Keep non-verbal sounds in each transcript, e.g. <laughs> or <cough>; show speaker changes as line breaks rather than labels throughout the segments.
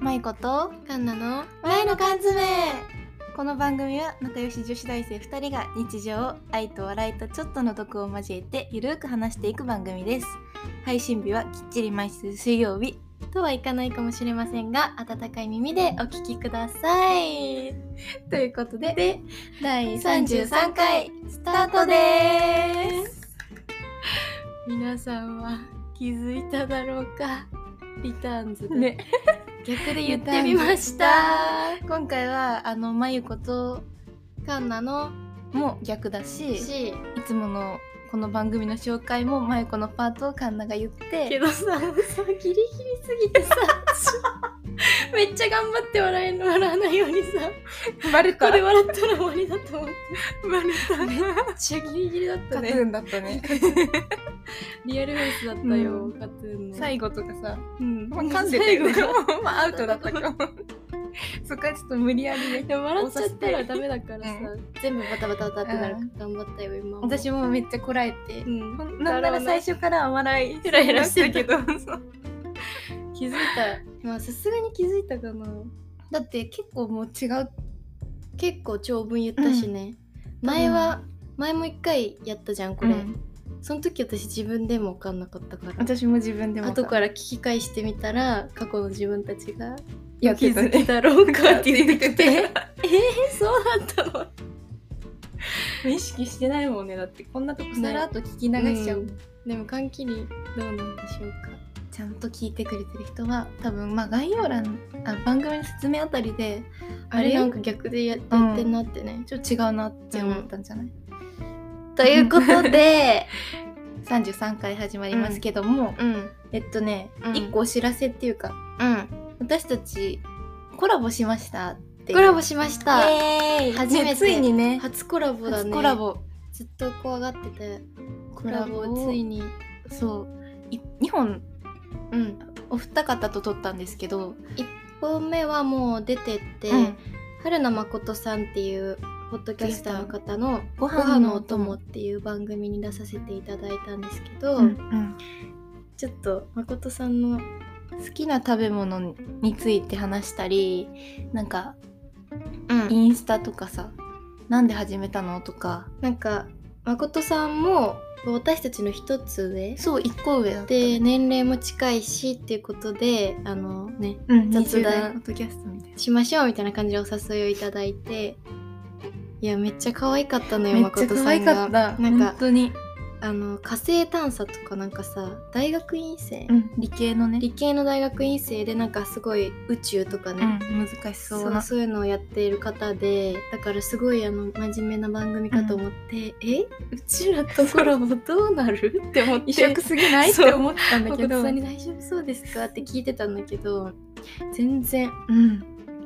まいこと
カンナの
前の缶詰この番組は仲良し女子大生2人が日常愛と笑いとちょっとの毒を交えてゆるく話していく番組です配信日はきっちり毎週水曜日
とはいかないかもしれませんが温かい耳でお聞きください
ということで
第
33
33
回
回
ス
ス
タ
タ
ー
ー
ト
ト
で
です皆さんは気づいただろうかリターンズで、逆で言ってみました
<laughs> 今回はあのまゆこと
カンナの
も逆だしい
C
つものこの番組の紹介もまゆこのパートをカンナが言って
けどささギリギリすぎ <laughs> てさめっちゃ頑張って笑えん笑わないようにさ
バレ
ここ
これ
で
は
笑ったら終わりだと思って
バレた
めっちゃギリギリだった
カ
ね
トゥーンだったね
リアルフェイスだったよ、
うん
カトゥーンの
最後とかさ
うん
まあ、噛んでたよね
最後
<laughs>
が
まあアウトだったけ
<laughs>
どそこはちょっと無理やりね
でも笑っちゃったらダメだからさ、
う
全部バタバタバタってなるから頑張ったよ今も
私もめっちゃこらえて
う、ん
ほんなんなら最初から笑い
ヘラヘラしてた
けどそう
気づいたまあさすがに気づいたかな
だって結構もう違う
結構長文言ったしね、
うん
前は前も一回やったじゃんこ
こ
れ、
れ、
その時私自分でも分かんなかったから
私も自分でも
後からら聞き返してみたら過去の自分たちが
やって
気
た
づきだろうかって <laughs> 言って
言
きて
っ
えー、そうだったの
意識してないもんねだってこんなとこさらっと聞き流しちゃう、
んでも缶切りどうなんでしょうか
ちゃんと聞いてくれてる人は多分まあ概要欄あ番組の説明あたりで
あれなんか逆でやって
うん
やってんなってね、
ちょっと違うなって思ったんじゃない、
ということで
33回始まりますけども、
<laughs> うん
えっとね、
うん
一個お知らせっていうか
うん
私たちコラボしましたっていう
コラボしました、
イエーイ
初めて
ねついにね
初コラボだ
初
ね
コラボ
ずっと怖がっててコ
コ
ラボをついに
そうい2本
うん
お二方と撮ったんですけど、
1本目はもう出てって、
うん
春名誠さんっていうポッドキャスターの方の「
ご
ご
飯の
飯のお供」っていう番組に出させていただいたんですけど、
うん
ちょっと誠さんの
好きな食べ物について話したりなんか
うん
インスタとかさなんで始めたのとか
なんか誠さんも私たちの一つ上
そう一個上だった
で年齢も近いしっていうことであのね
うん
雑談
ポッドキャストみたい
しましょうみたいな感じでお誘いをいただいていやめっちゃ可愛かったのよ
なめっちゃ
誠さん
可
が
愛かった
なんか
本当に、
あの火星探査とかなんかさ大学院生、
うん、理系のね
理系の大学院生でなんかすごい宇宙とかね、
うん、難し
そ
そう
う
な
そういうのをやっている方でだからすごいあの真面目な番組かと思って、えうちらとコラボどうなるって思って
異色すぎないっ
そう
て思ったんだ
お
け
客
ど
さんに大丈夫そうですかって聞いてたんだけど全然
うん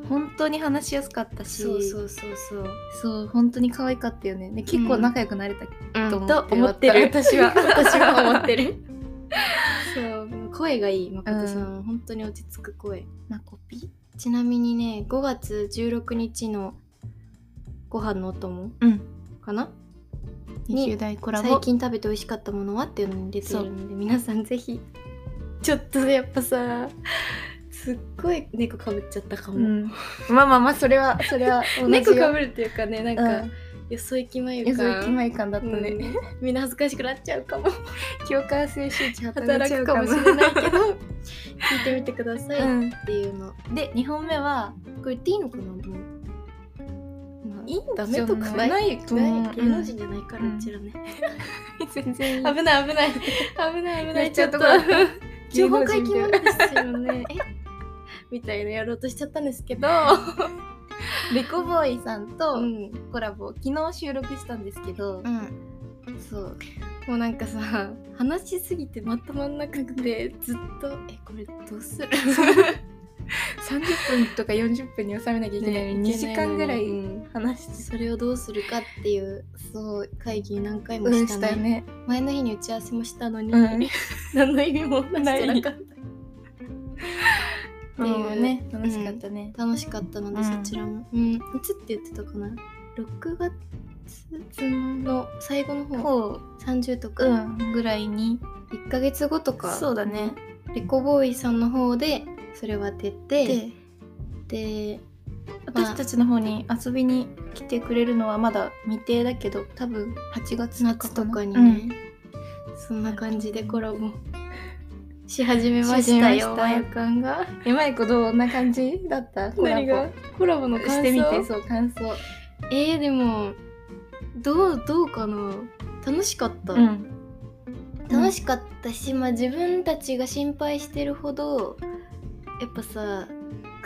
本当に話しやすかったし
そうそうそうそう、
そう本当に可愛かったよねで結構仲良くなれた、と思って
と思ってる
私は
私は思ってるそう声がいい誠さん、本当に落ち着く声
まあコピ
ちなみにね5月16日のご飯のお供
ーうん
かなに
20代コラボ
最近食べて美味しかったものはっていうのに出てい
そう
るので皆さんぜひちょっとやっぱさすっごい猫かぶっちゃったかも、
うん、まあまあまあそれはそれは同じよ
猫かぶるっていうかねなんか、
うん
よそ行き眉
よ
か
そ行き前感だったね、
うんみんな恥ずかしくなっちゃうかも
共感性周知働
働
く
く
か
か
も
も
し
し
れ
れ
な
<laughs> ないい
けど
けど聞いてみてくださいっていうの、
で2本目は
これ言っていいのかなもう、まあ、
いいんじゃない
ダメとかない
ないと思う
芸能人じゃないから、
う
うんちらね
全然い <laughs> い
危ない危ない危ない危な
言っ
い
ち
ち
ゃ
ょ
う
っ
と
と
こだった
情報解禁なんですよね <laughs> えみたいなやろうとしちゃったんですけど、
レコボーイさん
う
と
ん
コラボ、昨日収録したんですけど、そう
もうなんかさ話しすぎてまとまんなくてずっと「えこれどうする?
30分とか40分に収めなきゃいけないのに、
ね
2時間ぐらい
うん
話」して
それをどうするかっていうそう会議何回も
うん
した
した
ね
よね。
前の日に打ち合わせもしたのに、
うん
<laughs> 何の意味もなしてなかっ
っていうね、
うん
楽しかったね。
た楽しかったので、
うん
そちらも、うん、いつって言ってたかな6月の最後の方
こ
30と
う、
か、
うん、ぐらいに。
1ヶ月後とか
そうだね。
レコボーイさんの方でそれを当てて
で、で私たちの方に遊びに来てくれるのはまだ未定だけど多分8月とか
夏とかに
う
ね
ん、
そんな感じでコラボし始めましたよ
し始めました
まゆかんが
えまいこどんな感じだったコラボ
コラボの
し
感
てみて
想
そう感想
えー、でもどうどうかな楽しかった、
ん
楽しかったし、まあ、自分たちが心配してるほどやっぱさ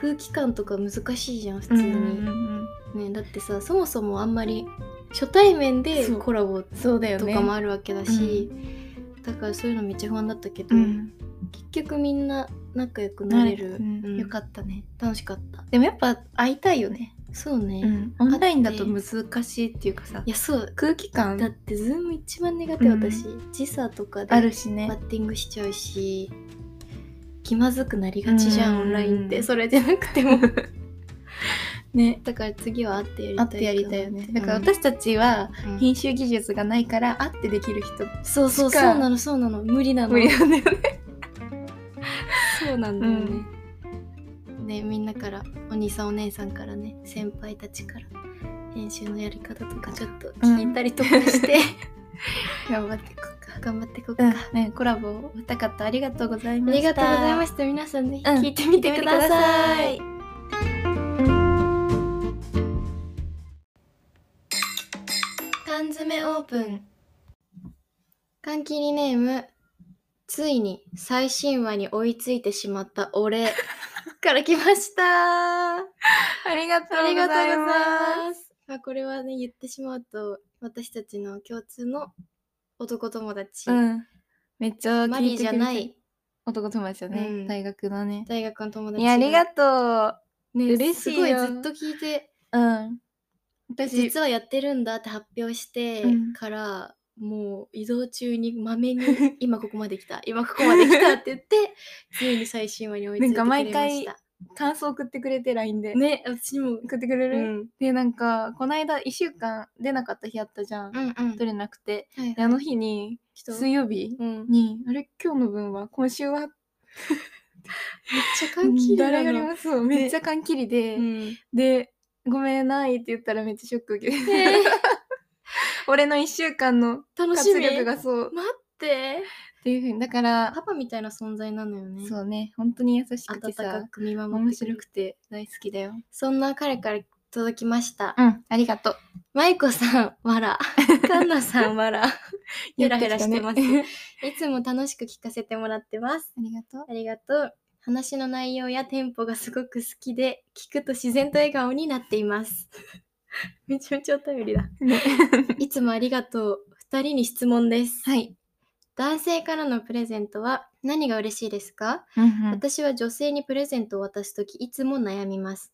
空気感とか難しいじゃん普通
うん
に、
うんうん
ね、だってさそもそもあんまり初対面で
そう
コラボ
そうだよ
と
ね
かもあるわけだし、だからそういうのめっちゃ不安だったけど、
うん
結局みんな仲良くなれる、
うん
うん
よかったね
楽しかった
でもやっぱ会いたいよね
そうね、い
オンラインだと難しいっていうかさ
やそう
空気
だっ
感
てズーム一番苦手私、時差とかで
あるしね
バッティングしちゃうし気まずくなりがちじゃん
うん
オンラインってそれじゃなくて <laughs> も
ね
だから次は会ってやり
会
たい
ってやりたいよねだから
私、
私たちは
うん
編集技術がないから会ってできる人
そうそう
し
そう
か
なのそうなの無理なの
無理なんだよね
そうなんだよね、ねみんなからお兄さんお姉さんからね先輩たちから編集のやり方とかちょっと聞いたりとかして、
頑張っていこうか
頑張っていこうか、
うん
あ、
ね、コラボお二方ありがとうございま
り
した。
がとうございま
し
した皆さんぜひ
た
聞いてみてください、。缶詰オープン缶切りネームついに最新話に追いついてしまった俺から来ました
ありがと
ありがとうござい
す。
ます。まあ、これはね言ってしまうと私たちの共通の男友達、
うん。めっちゃ
マ
聞
リ
い
ー
て
じ
く
ゃ
れ
な
てる
い
男友達だね、
うん
大学のね。
大学の友達
いや、ありが
と
と
う、ね、
嬉しいよ
すごいずっと聞いて
う。うん。私、
実はやってるんだって発表して
うん
から、もう移動中に
<laughs>
まめに今ここまで来た今ここまで来たって言ってついに最新話に追いついてくれました
なんか感想送ってくれて、LINE で。
ね私も、
送ってくれ
うん、
る、
うん
で、なんか、この間、1週間出なかった日あったじゃん。
うん
取れなくて。
はい
であの日に、
人
水曜日
うん、めっ
に、あれ、今日の分は、今週は、
ちゃ関係
誰よりもそう、めっちゃ缶切りで、 <laughs>
うん、
で、ごめんないって言ったらめっちゃショック受けて、
えー
<laughs> 俺の1週間の
楽し
活
み
力がそう。
待って
っていうふうに、だから、
パパみたいな存在なのよね
そうね、本当に優しくて
温
さ
か、く見守っ
面
てくれ
白
る
くて大好きだよ。
そんな彼から届きました
うん、ありがとう。
まいこさん
<laughs>
わらかんなさんわらヘラヘラしてます、
ね <laughs>
いつも楽しく聞かせてもらってます
ありがとう。
ありがとう話の内容やテンポがすごく好きで聞くと自然と笑顔になっています <laughs> めちゃめちゃお便りだ
<laughs>
いつもありがとう二人に質問です
はい。
男性からのプレゼントは何が嬉しいですか私は女性にプレゼントを渡すときいつも悩みます。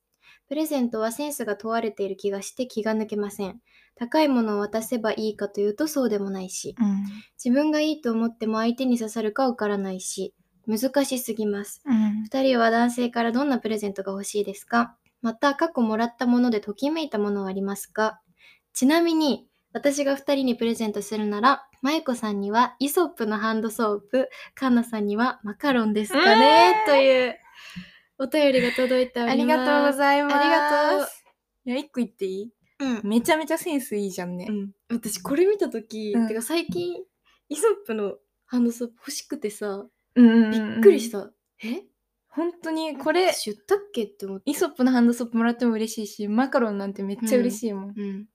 プレゼントはセンスが問われている気がして気が抜けません。高いものを渡せばいいかというとそうでもないし、
うん
自分がいいと思っても相手に刺さるかわからないし、難しすぎます。
うん
2人は男性からどんなプレゼントが欲しいですかまた過去もらったものでときめいたものはありますかちなみに私が2人にプレゼントするならまゆこさんにはイソップのハンドソープかんなさんにはマカロンですかね、というお便りが届いてお
あ
り
り
ます
がとうございます。
ありがとう
いや、一個言っていい
うん
めちゃめちゃセンスいいじゃんね。
私これ見た時、
うん
てか最近イソップのハンドソープ欲しくてさ
うん。
びっくりしたた、え
本当に、これ、
知ったっけって思って
イソップのハンドソープもらっても嬉しいし、マカロンなんてめっちゃ嬉しいもん。
うん。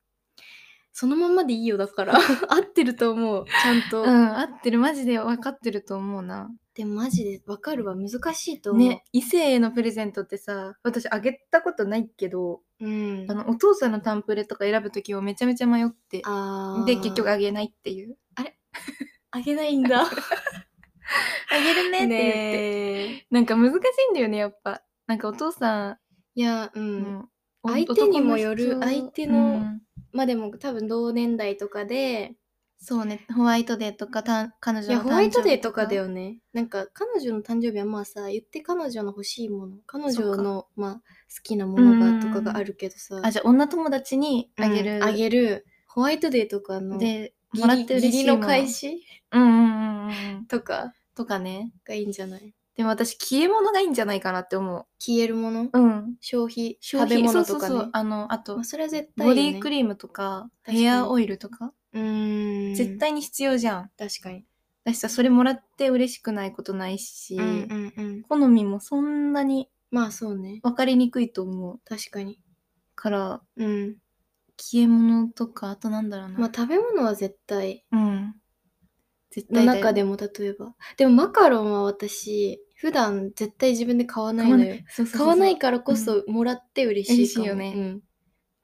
そのまんまでいいよだから <laughs> 合ってると思うちゃんと、
うん、合ってる。マジで分かってると思うな。
でもマジで分かるわ難しいと思う、
ね、異性へのプレゼントってさ、私あげたことないけど、
うん、
あの、お父さんのタンプレとか選ぶときをめちゃめちゃ迷って、
あー
で、結局あげないっていう。
あげないんだ
あげ <laughs> るねって言って。
ね
なんか難しいんだよねやっぱなんかお父さん、
いやうん、
うん
相手にもよる
男の人
相手の
うん
まあでも多分同年代とかで
そうねホワイトデーとかたん彼女
い
の
やホワイトデーとかだ
で
よねなんか彼女の誕生日はまあさ言って彼女の欲しいもの彼
そっ
女
か
のまあ好きなもの
うん
がとかがあるけどさ
あじゃあ女友達にあげ
う
る、
んあげるホワイトデーとかの
で
ギ
も
リ
らって嬉しい
ギリの返し
うんうんうんうん
とか
とかね
がいいんじゃない
でも私消え物がいいんじゃないかなって思
消えるもの
ううん
消費
消
食べ
費
物
そ
と
うそ
か
う
ね
そうあのあと
まあ、それは絶対
ボディク
リ
リームとか
確かに
ヘアオイルとか
うーん
絶対に必要じゃん
確かに
だしさそれもらって嬉しくないことないし、
うんうんうん
好みもそんなに
まあそうね
分かりにくいと思う
確かに
から
うん
消え物とかあとなんだろうな、
まあ食べ物は絶対
うん絶対
の中
も
でも例えばでもマカロンは私普段絶対自分で買わないのよ
そうそうそう
買わないからこそもらって嬉しいか
嬉し
も、
いよね
うん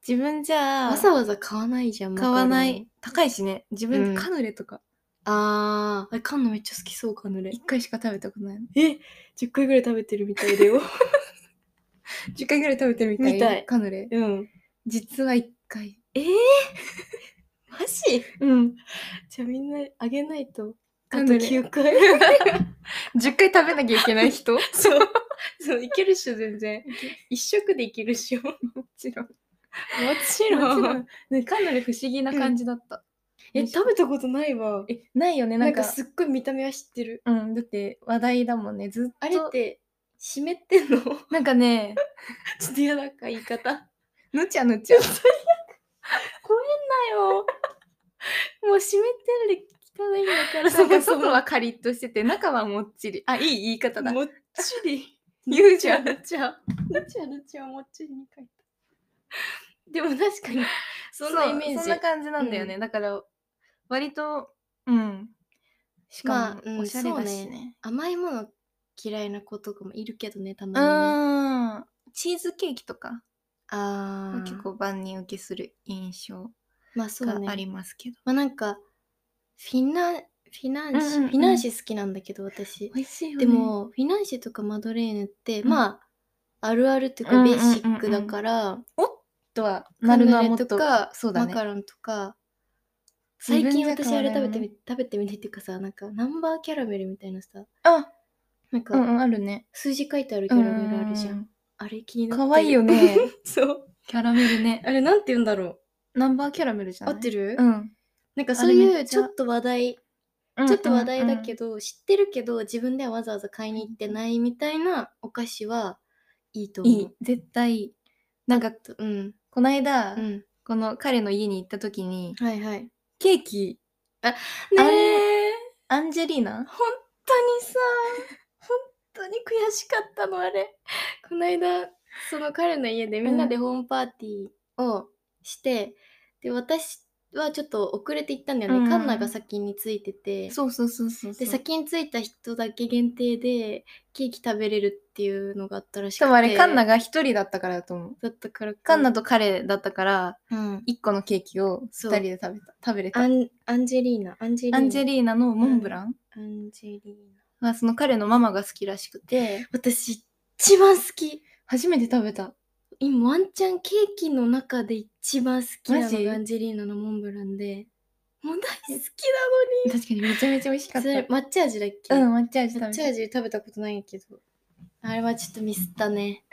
自分じゃ
わざわざ買わないじゃん
買わな
マカロン
い高いしね自
う
分
ん
カヌレとか
あーあれ缶のめっちゃ好きそうカヌレ
1回しか食べたことないの
え10回 <laughs> ぐらい食べてるみたいだよ
10回ぐらい食べてるみたい
みたい
カヌレ
うん
実は1回
えー、マジ
うん
じゃあみんなあげないと
カ
あと
ヌレ
9回
10回食べなきゃいけない人 <laughs> も
<laughs> そうそういけるっしょ全然一食でいけるっしょも
ちろんも
ち
ちろん、ね、カヌレ不思議な感じだった、
え食べたことないわ
えないよね
な
なん
ん
か
かすっごい見た目は知ってる
うんだって話題だもんねずっと
あれって湿ってんの <laughs> ちょ
なんか <laughs> ね
っとやらかい言い方
ぬちゃぬちゃ
よ。もう湿ってるで汚いんだから
なんか
そも
外はカリッとしてて中はもっちりあいい言い方
そ
だ
ももっちり。
言うじゃ
<laughs>
ん
ぬちゃぬちゃぬちゃもっちりに書いた。でも確かにそんなイメージ。
そうそんな感じなんだよね、
う
だから割とうんしか
まあ
も、
うん
おしゃれだ
そ
し
う
ね,、
甘いもの嫌いな子とかもいるけどねた
う
まにね。
ーんチーズケーキとか
ああ。
結構万人受けする印象
まあそう
が
ね。
ありますけど、
まあなんかフィナフィナンシ、
うんうんうん
フィナンシ好きなんだけど私。
美味しいよ
でも、フィナンシェとかマドレーヌって、
うん
まああるあるっていう
うん
か
うん
ベ
うんうん
ーシックだから、
おっとは
カ
な
ヌ
るのはも
レ
っと
とか
そうだ
マ
ね
カロンとか
自
最
分じ
近
ゃ
私
買
あ
わ
れ
ない
食べてみ食べてみてっていうかさなんかナンバーキャラメルみたいなさ
あ
なん
うんう
か
んあるね
数字書いてある
キ
キャ
ャ
ラ
ラ
メ
メルあ
ルある
る
じ
じ
ゃ
ゃ
ん
ん
あれ気になってる
可愛いよ <laughs> ね
<laughs> そう
キャラメルね
あれなんて言うんだろ
<laughs> ナンバーキャラメルじゃ
う合
ない
ってる、
うん
なんかそうい
あれめ
う
っち
ち
ゃ
ょっと話題ちょっと話題だけど、知ってるけど自分ではわざわざ買いに行ってないみたいなお菓子はいいと
うんうん
思
いうい絶対いいなんか
うん
この間、
うん
この彼の家に行った時に
はいはいね
ケーキ
え
あ
本
れアンジェリーナ
当にさ本当に悔しかったのあれこの間その彼の家でみんなでホームパーティーをして、で私はちょっと遅れて行ったんだよね、
うん
カンナが先についてて
そうそうそうそう
で
でさっき
先に着いた人だけ限定でケーキ食べれるっていうのがあったらしくて
多分あれカンナが一人だったからだと思う
だったからか
カンナと彼だったから
うん
一個のケーキを二
そう
人で食べた食べれた
アンアンジェリーナアンジェリーナ
アンジェリーナのモンブラン
アンジェリーナ
がその彼のママが好きらしくて
私一番好き
初めて食べた
今ワンチャンケーキの中で一番好きな
マ
の
ジ
がアンジェリーナのモンブランでもう大好きなのに
確かにめちゃめちゃ美味しかっ
それ抹茶味だっけ、
たうん抹茶味食べ
抹茶
た
味食べたことないけどあれはちょっとミスったね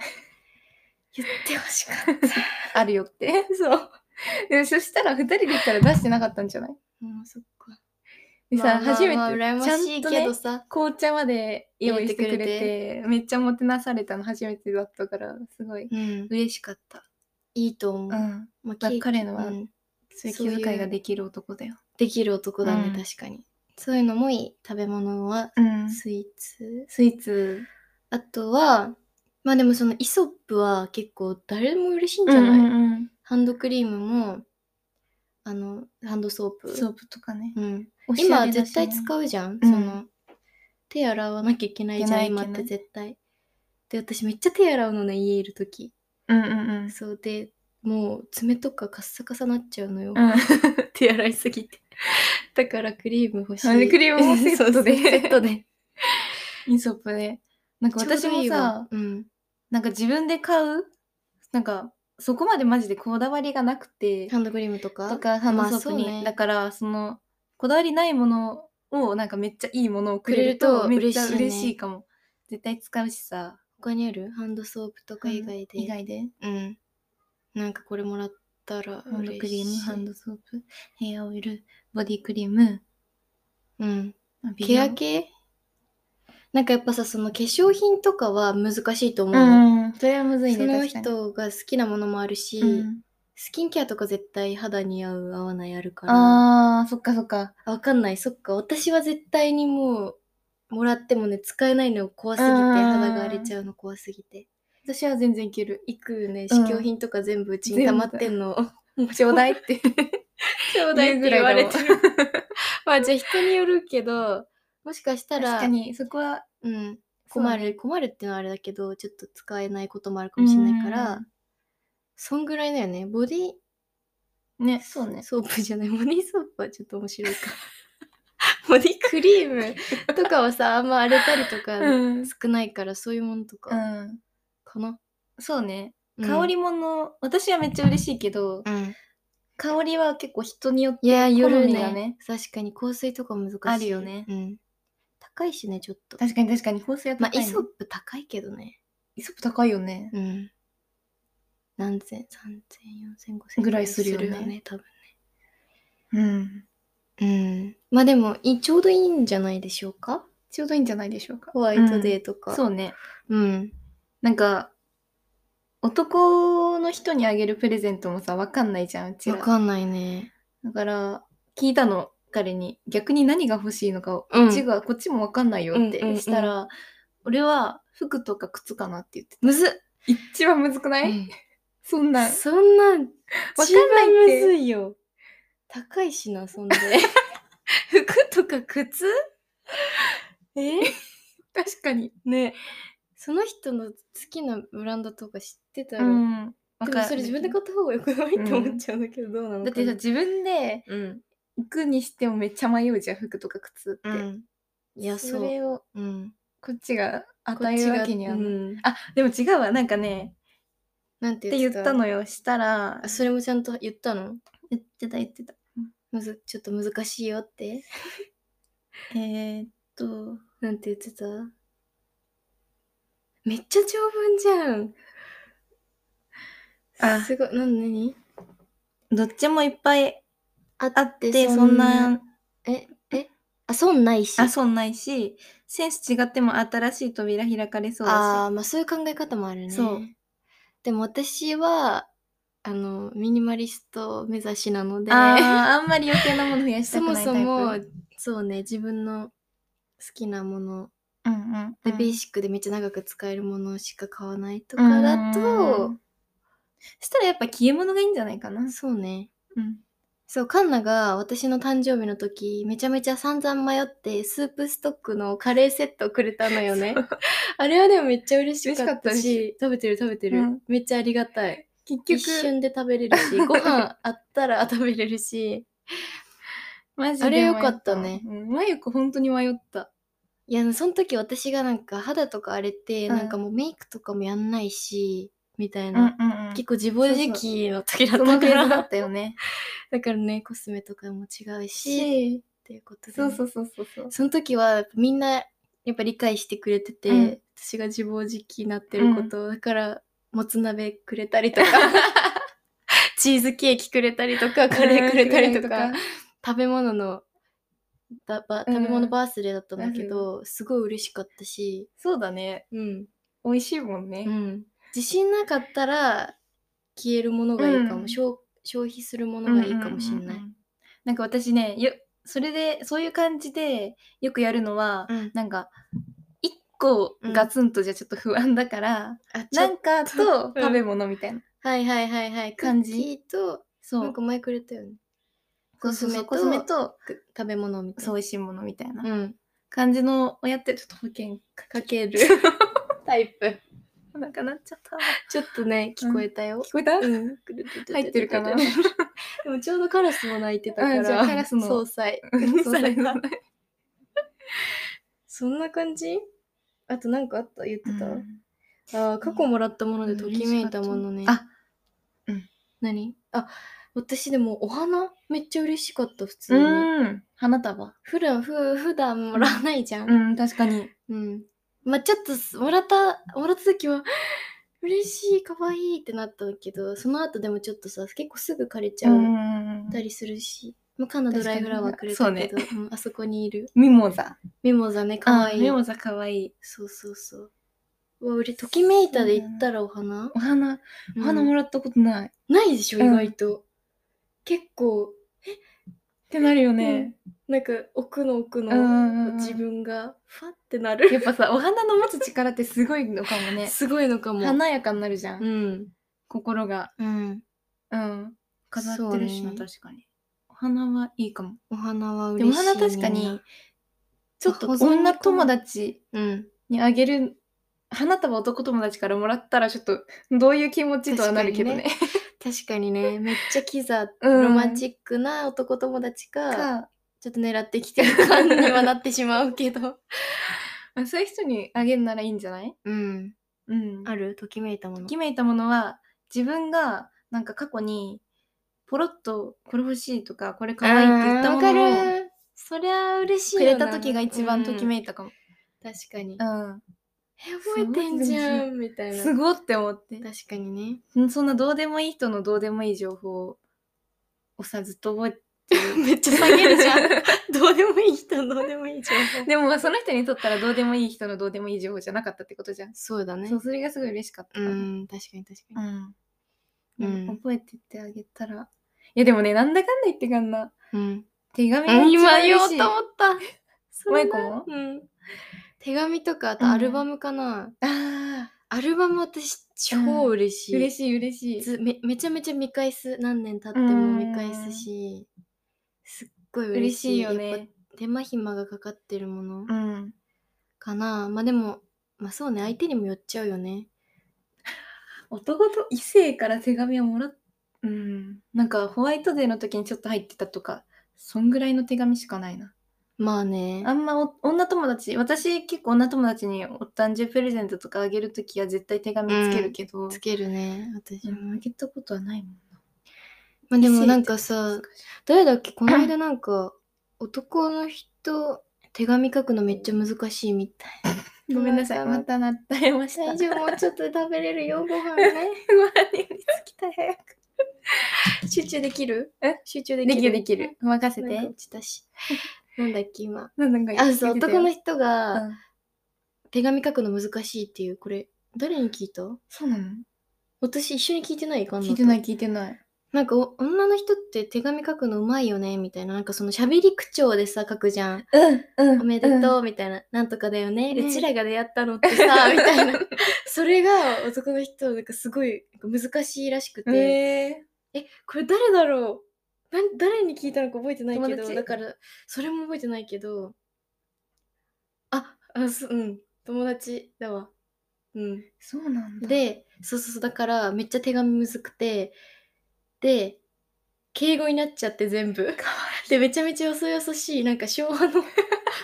言ってほしかった
あるよって <laughs>
そう
でもそしたら二人で行ったら出してなかったんじゃない
もうそっか
でさ、初めて
まあまあ
ちゃ
羨ましい
んと
け
ね
どさ、
紅茶まで用意してくれて
入れて
めっちゃもてなされたの初めてだったからすごい
うん、
嬉しかった、
いいと思う、
うん、
まあ
だ
ケーキ
彼のは
うん
そういう
そういう
気遣いができる男だよ、
できる男だね、
うん
確かにそういうのもいい食べ物は
うん
スイーツ、
スイーツ
あとは、まあでもそのイソップは結構誰も嬉しいんじ
じ
ゃ
ゃ
ない、
ない、
ハンドクリームも、あの、ハンドソープ。
ソープとかね
うん、
おしゃ
今
れだ
絶
しね
対使うじゃん、
うん
その、手洗わなきゃいけないじゃ
い
ん、
けな
今
い
って
いけな
絶対。で、私めっちゃ手洗うのね、家いるとき。
うんうんうん
そうで、もう爪とかカッサカサなっちゃうの
う
よ。
ん
手洗いすぎて。 <laughs> だからクリーム欲し
あ
い。
クリームもセットで
<laughs> そうそうセットで。
イ <laughs> ソップでなんか <laughs> 私も
ちょうどいい
さ
わうん。
なんか自分で買うなんかそこまでマジでこだわりがなくて
ハンドクリームとか
とかハンドソープに、
まあそうね
だからそのこだわりないものをなんかめっちゃいいものをくれる
く
と
れ
め
ると
っちゃ
嬉しいね
嬉しいかも絶対使うしさ
他にあるハンドソープとか以外で。
以外で
うん。なんかこれもらったら
ハンドクリームハン
ド。
ドソープヘアオイルボディクリーム
うん。
まあ美
ケ
容
ア系なんかやっぱさその化粧品とかは難しいと思う
う
の、
ん、それはむずい
そ
ね。
の
確かに
人が好きなものもあるし、
うん
スキンケアとか絶対肌に合う合わないあるから
ああ、そっかそっか。
あわかんないそっか私は絶対にもうもらってもね使えないの怖すぎて
うん
肌が荒れちゃうの怖すぎて
私は全然いける。
いくね
うん
試供品とか全部うちに
全
溜
部
まってんの <laughs> ちょうだいってちょうだいって言われて
言
る <laughs> まあじゃあ人によるけどもしかした
確
ら
かに、そこは
うん、
そう
困
だ
る、
ね
困るってのはあれだけどちょっと使えないこともあるかもしれないから、
うん
そんぐらいだよねボディ
ね、そうね。
ソープじゃないボディソープはちょっと面白いか <laughs> ボディ <laughs> クリームとかはさあんま荒れたりとか
うん。
少ないからそういうものと
う
か
ん。
かな、
そうね。
うん
香りもの、私はめっちゃ嬉しいけど、
うん
香りは結構人によって
いや
好
夜
み
ね
がね。
確かに香水とか難しい
あるよね
うん、高いしねちょっと
確かに確かに、香水は
まあ
高い、ね。
イソップ高いけどね
イソップ高いよね。
うん何千三千四千五千
ぐらいするよね
多分
うん。
うんまあでもいいちょうどいいんじゃないでしょうか
ちょうどいいんじゃないでしょうか。
ホワイトデーとか、
そううね。
うん
なんか、男の人にあげるプレゼントもさ、わかんないじゃん、うち
わ
ら。
かんないね
だから、聞いたの、彼に。逆に何が欲しいのかを、
うん
こっちが、こっちもわかんないよっ
うんうんうん
てしたら、俺は服とか靴かなって言ってた。
むずっ、
一番難くない、そんなん。
そんなわかん
わかんないって
むずいよ高いしなそ
<laughs>
んで服とか靴え
確かに。
ねその人の好きなブランドとか知ってたら、
ん。わ
で
か
も
る
それ自分で買った方がよくないって思っちゃうんだけど、どうなの
だ
か
ってさ、自分で
うん、
行くにしてもめっちゃ迷うじゃん、服とか靴って。
うん、いやそう
それを
うん、
こっちが
こっ
与え
ち
る
が
わけには、
うん、
あ、でも違うわ。なんかね、
なんて
って言ったのよ。したら
あ、それもちゃんと言ったの
言ってた言ってた。
むずちょっと難しいよって
えー、っと、
なんて言ってためっちゃ長文じゃん
あ
すごいな何
どっちもいっぱい
あ
あって、そんな、
ええあ損ないし
あ、損ないし、センス違っても新しい扉開かれそう
あ
だ
ーまあそういう考え方もあるね
そう
でも私はあのミニマリスト目指しなの
し。
で
あーあんまり余計なもの増
<laughs>
やした
そ
く
も
ないタイプ。
そもそうね自分の好きなもの
うんうんう
で、
ん、
ベーシックでめっちゃ長く使えるものしか買わないとかだ
う
と、
ん、したらやっぱ消え物がいいんじゃないかな。
そうね
うん。
そうカンナが私の誕生日の時めちゃめちゃ散々迷ってスープストックのカレーセットをくれたのよね
そう
あれはでもめっちゃ嬉しかったし
嬉し
食べてる食べてる、
うん
めっちゃありがたい
結
一
局、
瞬で食べれる <laughs> しご飯あったら食べれるし
マジで
あれ
迷
よかったね
うん、マユコ本当に迷った。
いやその時私がなんか肌とか荒れて、
うん
なんかもうメイクとかもやんないしみたい
うんう
な、
んうん。
結構自暴自棄の時だっ
そのフ
たか
ェーズだ
ら
ったよね。
<laughs> だからねコスメとかも違うし
し、
っていうことで
そ
ね、
うそうそうそうそう。
その時はやっぱみんなやっぱ理解してくれてて、
うん
私が自暴自棄になってることを、だからもつ鍋くれたり <laughs> とかチーズケーキくれたりとかカレーくれたりとか、食べ物のだば
うん
食べ物バースデーだったんだけど、すごい嬉しかったし、
そうだね。
うん
美味しいもんね。
うん、自信なかったら消えるものがいいかも、
うん
消消費するものがいいかもしれない
うんうんうんう。ん。なんか私ね、よそれで、そういう感じでよくやるのは、
うん
なんか、一個ガツンとじゃちょっと不安だから、
あちょ
なんかと
うん
食べ物みたいな。
はいはいはいはい
感じ
クッキーと
そ
なん
う
か。前くれたよね。
そうそうそう
コ
コ
ス
ス
メ
メ
と
と、
く食べ物みたい
そ
な。
う美味しいものみたいな
うん。
感じのをやって、ちょっと保険
かけ
<laughs>
るタイプ。
なんかなっちゃった。
ちょっとね、聞こえたよ。
聞こえた、
うん。
入ってるかな
でもちょうどカラスも鳴いてたか
あじゃ
ら、
あカラスの
総裁。総裁がそんな感じあとなんかあった言ってた、あー過去もらったものでときめいたものね。
あ、
何あ、私でもお花めっちゃ嬉しかった、普通に。
うん。花束。
普段、ふ普段もらわないじゃ
うん、確かに。
うん。まあちょっとすもらった、もらった時は、嬉しい、可愛いってなったけど、その後でもちょっとさ、結構すぐ枯れちゃ
う
うんたりするし、無カのドライフラワーくれたけど、うんあそこにいる。
ミモザ。
ミモザね、かわい
あ
い
ミ。モザかわいい。
そうそうそう。うわ俺、ときめいたで行ったらお花、
お花、お花
うん
もらったことない。っ
ないでしょ、意
うん
外と。結構、
てなるよね。
なんか奥の奥
うんうんうんう
の
ん
自分がファってなる。
やっぱさ、お花の持つ力ってすごいのかもね。
すごいのかも。
華やかになるじゃん。
うん。
心が。
うん。
うん。飾ってるしな、
そうね
確かに。お花はいいかも。
お花は
で
嬉し
も
い、
お花確かに、、ちょっと
保存に
女友達
うん。
にあげる、花束男友達からもらったらちょっと、どういう気持ちとはなるけどね。
確かにね、めっちゃキザ、
うん
ロマンチックな男友達
<laughs>
か、
か、
ちょっと狙ってきてる感にはなってしまうけ
<laughs>
ど。
まあそういう人にあげるならいいんじゃない
うん。
うん。
あるときめいたもの。
決めたものは自分がなんか過去にポロッとこれ欲しいとかこれ可愛いって言ったも
あーわ
のを
かるそりゃ嬉しい
くれた時が一番とき
い
めいたかも。
確かに、
う
え
ん、
覚えてんじゃんみたいな
すごって思って
確かにね
うんそんなどうでもいい人のどうでもいい情報をおさずっと覚えて
めっちゃ下げるじゃ <laughs> んどうでもいい人どうでもいい情報
でもまあその人にとったらどうでもいい人のどうでもいい情報じゃなかったってことじゃん。
そうだね
そうそれがすごい嬉しかった
う
かな。
ん確かに確か
うん
うん
覚えてってあげたら。いやでもねなんだかんだ言ってかんな
に、うん
手紙が一番嬉しい。
今言おうと思ったそ
マ
れ
イ
な
コも
うん手紙とかあとアルバムかな、
ああ
アルバム私超嬉しい、
嬉しい嬉しい。
ずめめちゃめちゃ見返す何年経っても見返すしすっごい嬉
嬉
し
し
い
いよ
やっぱ
ね。
手間暇がかかってるもの
うん。
かな、まあでもまあそうね相手にもよっちゃうよね
男と異性から手紙をもらっ、うん。なんかホワイトデーの時にちょっと入ってたとか、そんぐらいの手紙しかないな。
まあね
あんまお女友達、私結構女友達にお誕生日プレゼントとかあげる時は絶対手紙つけるけど、
つけるね私
う
も、
んあげたことはないもん
まあでもなん
異
か
な。
さ誰だっけこの間なんか <clears throat> 男の人手紙書くのめっちゃ難しいみたい
ごめんなさい、またなったれました。
大丈夫もうちょっと食べれるよご飯ね
夫。につきた早く。
<laughs> 集中できる
え
集中でき
で
る
きるできる。任せ
なんか
て
落。ちた <laughs> しなんだっけ今
なんだか
あそう男の
人。
人が
うん
手紙書くの難しいっていうこれ誰に聞いた
そうなの
私一緒に聞いてないかな
聞いてない聞いてない。
なんかお女の人って手紙書くのうまいよねみたいななんかその喋り口調でさ書くじゃん
うん、う
おめで
う。
とうみたいな、なんとかだよね、
ね
うちらが出会ったのって <laughs> さみたいなそれが男の人なんかすごいなんか難しいらしくて、
え
えこれ誰だろうなん誰に聞いたのか覚えてないけ
友
ど
達
だからそれも覚えてないけどああすうん友達だわうん
そうなんだ。、
でそうそうそうだからめっちゃ手紙むずくてで敬語になっちゃって全部でめちゃめちゃよそよそしいなんか昭和
<laughs>
の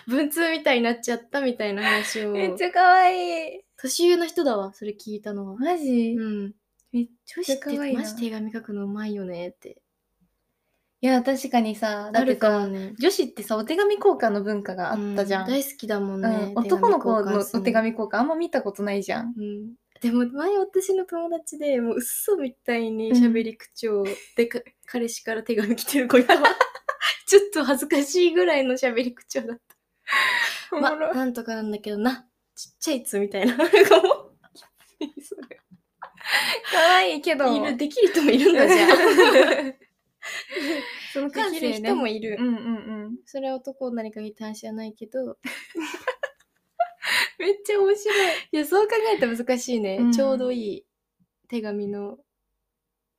文通みたいになっちゃったみたいな話を
めっちゃ可愛い。
年上の人だわそれ聞いたのは
マジ
うん
めっち
女子
ゃ
っ
可愛
て
いな。
マジ手紙書くのうまいよねって
いや、確かにさ、だ
あ
って
るから
さ、
ね
女子ってさ、お手紙交換の文化があったじゃ。
うん大好きだもんね、
うん男の子のお
手
手
紙
紙交換あんま見たことないじゃん。
うんでも前私の友達でもううっそみたいに喋り口調でか、 <laughs> 彼氏から手紙来てる子いたわ <laughs> ちょっと恥ずかしいぐらいの喋り口調だった、ま、
い
なんとかなんだけどなちっちゃいつみたいな
可愛いけど。
<laughs> いるできる人もいるんだじ <laughs> ゃん
その
で
感
き
性
る
ね
人もいる、
うんうんうん。
それは男何かに関してはないけど
<laughs> めっちゃ面白い。
いやそう考えたら難しいね、
うん
ちょうどいい手紙の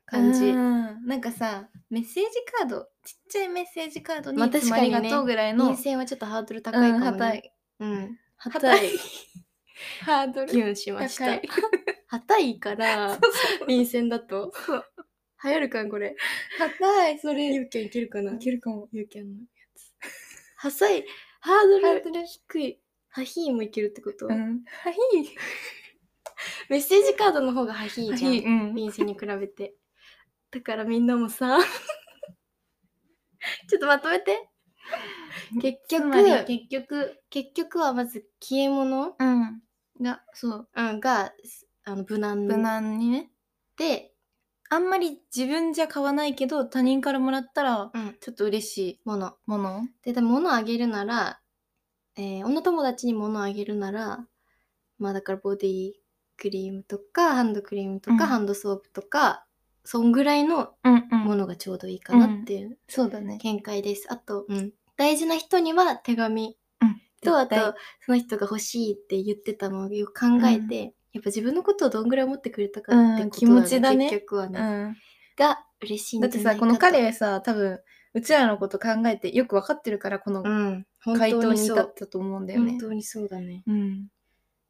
感じ
うんなんかさ、メッセージカード、ちっちゃいメッセージカードに、
まあ
いつもありがとうぐらいの、
人生はちょっとハードル高い
う
かもね、
ん高い
うん。は
高
た
い
い。
ハードル
ギュンしました。
高い
はたいから、便箋だと。流行るかん、これ。
高い、それ。
ゆうけんいけるかない
けるかも。
ゆうけんのやつ。はさい、ハー
ハ
ド
ード
ル低い。ハヒーもいけるってこと、
ん。はい。
メッセージカードの方がハヒーじゃ
はい、
ん。
うん。
便箋に比べて。だからみんなも <laughs> さ、ちょっとまとめ <laughs> て。結
つ
局
ま、り結局、
結局はまず消え物、
うん。が、そう。
うん、が、すあの無難
無難にね。
で
あんまり自分じゃ買わないけど他人からもらったら
うん
ちょっと嬉しい
もの
もの
ででも物あげるなら、えー女友達に物あげるならまあだからボディクリームとかハンドクリームとか、
うん
ハンドソープとかそんぐらいの
うんう
ものがちょうどいいかなっていう
そうだね
見解です、あと、うん、大事な人には手紙とあ
絶対
とその人が欲しいって言ってたのをよく考えて、
うん
やっぱ自分のことをどんぐらい思ってくれたかって
うん
こと
気持ちだね
結局はね、
うん
が嬉しいん
だ
じ
って
ゃな
さ
い
こ
かと
の彼さ多分うちらのこと考えてよく分かってるからこの
うん
回答
本当に
に
そ
至
う
ったと思うんだよ
本
ね
当にそうだね
うん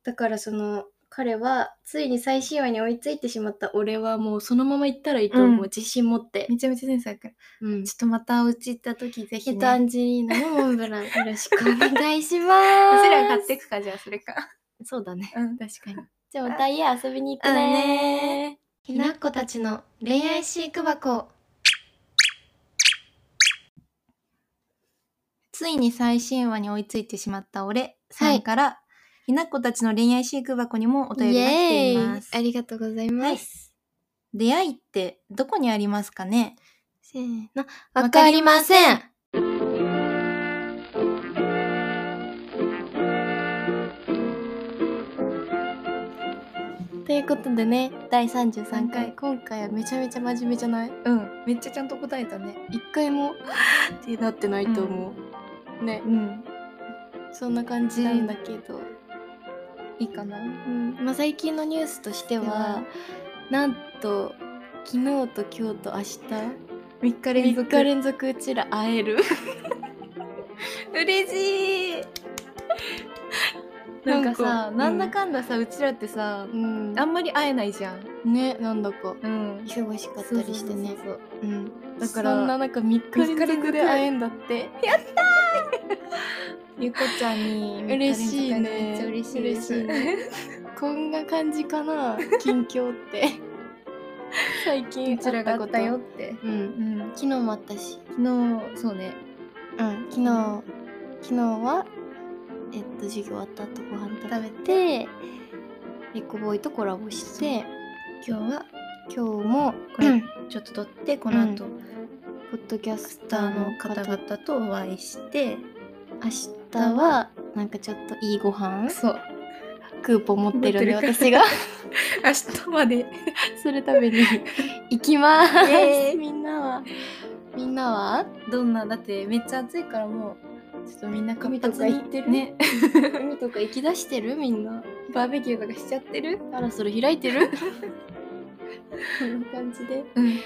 だからその彼はついに最新話に追いついてしまった俺はもうそのまま行ったらいいと思う、
うん
自信持って、
めちゃめちゃセンスあるから
うん
ちょっとまたお家行った時ぜひ
ヒ
ね
トアンジェリーナのモン <laughs> ブランよろしくお願いします
私らが買ってくかじゃあそれか
そうだね
うん確かに
じゃあまた家遊びに行ってねひなっこたちの恋愛飼育箱
ついに最新話に追いついてしまった俺さんから、ひなっこたちの恋愛飼育箱にもお
イ
便りが来て
エ
い
ー
ま
イ
す
ありがとうございます、
出会いってどこにありますかね
せーのわかりませんということでね第33回
うん
今回はめちゃめちゃ真面目じゃない
うんめっちゃちゃんと答えたね
一回もってなってないと思う、ね
うん
そんな感じなんだけど、
いいかな
うんまあ、最近のニュースとして
で
は
は
なんと昨日と今日と明日
3日連
3
続
日連続うちら会え <laughs> る
嬉しいなんかさ
<laughs>
な
な
んん
だ
だ
か
かんださうちらってさ
うん
あんまり会えないじゃん
ねなんだか
うん
忙しかったりしてね
そうそうそう
うんだ
だ
か
からら
そんななんか3日連続で会えんだって
ゆこちゃんに
嬉しいね
めっちゃ嬉しいです
嬉しいねこんな感じか <laughs> な近況って最近
<laughs> うちらが会ったよって
うん
うん
昨日もあったし
昨日そうね
うん昨日昨日はえっと授業終わった後ご飯食べてレコボーイとコラボして
今日は
今日も
これちょっと撮ってこの後、
うポッドキャスタ
タ
ー
ー
の
の
方
方
々
々とお会いして
明日はなんかちょっといいご飯
そう
クーポン持ってるんで
持ってる
私が
<laughs> 明日まで
するた
<laughs>
めに行きます
イエーイ
みんなはみんなは
どんなだってめっちゃ暑いからもうちょっとみんな活発に
海とか行ってる
ね
海とか行き出してるみんな
バーベキューとかしちゃってる、
あらそれ開い
<laughs>
てるこんな感じで
うん、
はい、い、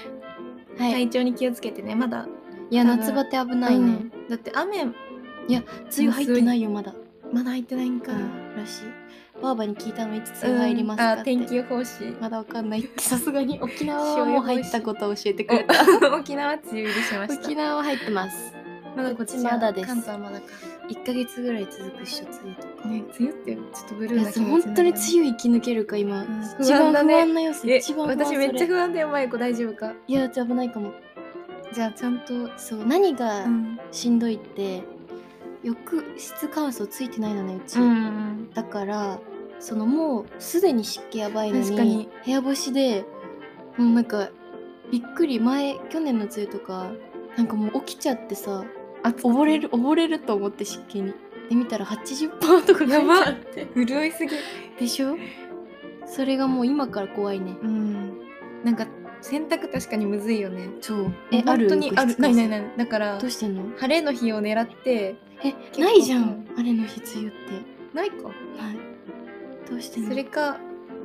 体調に気をつけてねまだ
や
多分
夏バテ危ないね、
うんだって雨
梅雨入ってないよまだ、
まだ入ってないんか、
うんらしいばあばに聞いたのいつ梅雨入りますか
あ
って、
天気予報士
まだわかんないってさすがに沖縄はもう入ったことを教えてくれた
お <laughs> 沖縄梅雨入りしました
沖縄は入ってます
まだこっちは
まだです
関東はまだか
1ヶ月ぐらい続くっしょ梅雨とか、
ね梅雨ってちょっとブ
い
ルー
や
な気持ち
本当に梅
雨
雨生き抜けるか今、
ん
一番
不安
不
だね
安な要素、
え
一番不安
私めっちゃ
それ
不安だよマイコ大丈夫か
いや危ないかも
じゃあちゃんと
そう何が
ん
しんどいって、浴室乾燥ついてないのねうち、
うん
だからそのもうすでに湿気やばいのに
確かに
部屋干しでもうなんかびっくり前去年の梅雨とかなんかもう起きちゃってさ溺れる溺れると思って湿気にで見たら80%とか
やば
書いてあって
潤いすぎ
でしょそれがもう今から怖いね
うんなんか洗濯確かにむずいよね
そう
え
えあ
本
る
当にあるないないないいだから
どうしてんの
晴れの日を狙って
え
構
ないじゃんあれの日梅雨って
ないか
ないどうしてんの
それか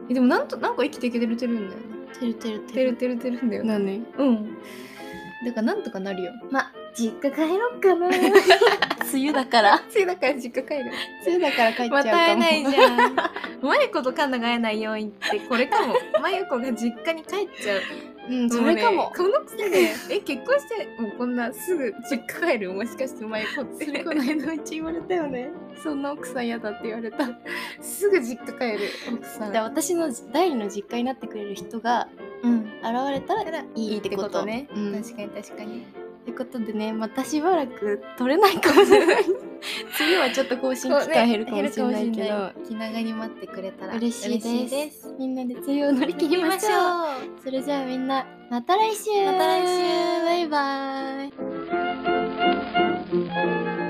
えでもなんとなんか生きていけてるてるんだよね
てるてる
てるてるてるんだよね
なに
うんだからなんとかな
<laughs>
るよ
ま実家帰ろっかな <laughs> 梅雨だから
ついだから実家帰る
梅雨だから帰っちゃ
ま
うかも
た会えないじゃんマユコとカンナが会えない要因ってこれか
<laughs>
もマユコが実家に帰っちゃう
うんそれかも
うねこのくせねえ結婚してもうこんなすぐ実家帰るもしかしてマユコって
それこの間うち言われたよねそんな奥さん嫌だって言われた
<laughs> すぐ実家帰る奥さん
で私の第二の実家になってくれる人が
うん
現れたら
だからい
いい
い
っ
ってて
こ
こととね、
うん
確かに確かに
ということでねまたしばらく取れないかもしれない梅 <laughs> 次はちょっと更新期間減るかもしれないけど、
気長に待ってくれたら
嬉しいです
す
みんなで梅雨を乗り切りましょう
ょう
それじゃあみんなまた来週
また来週
バイバイ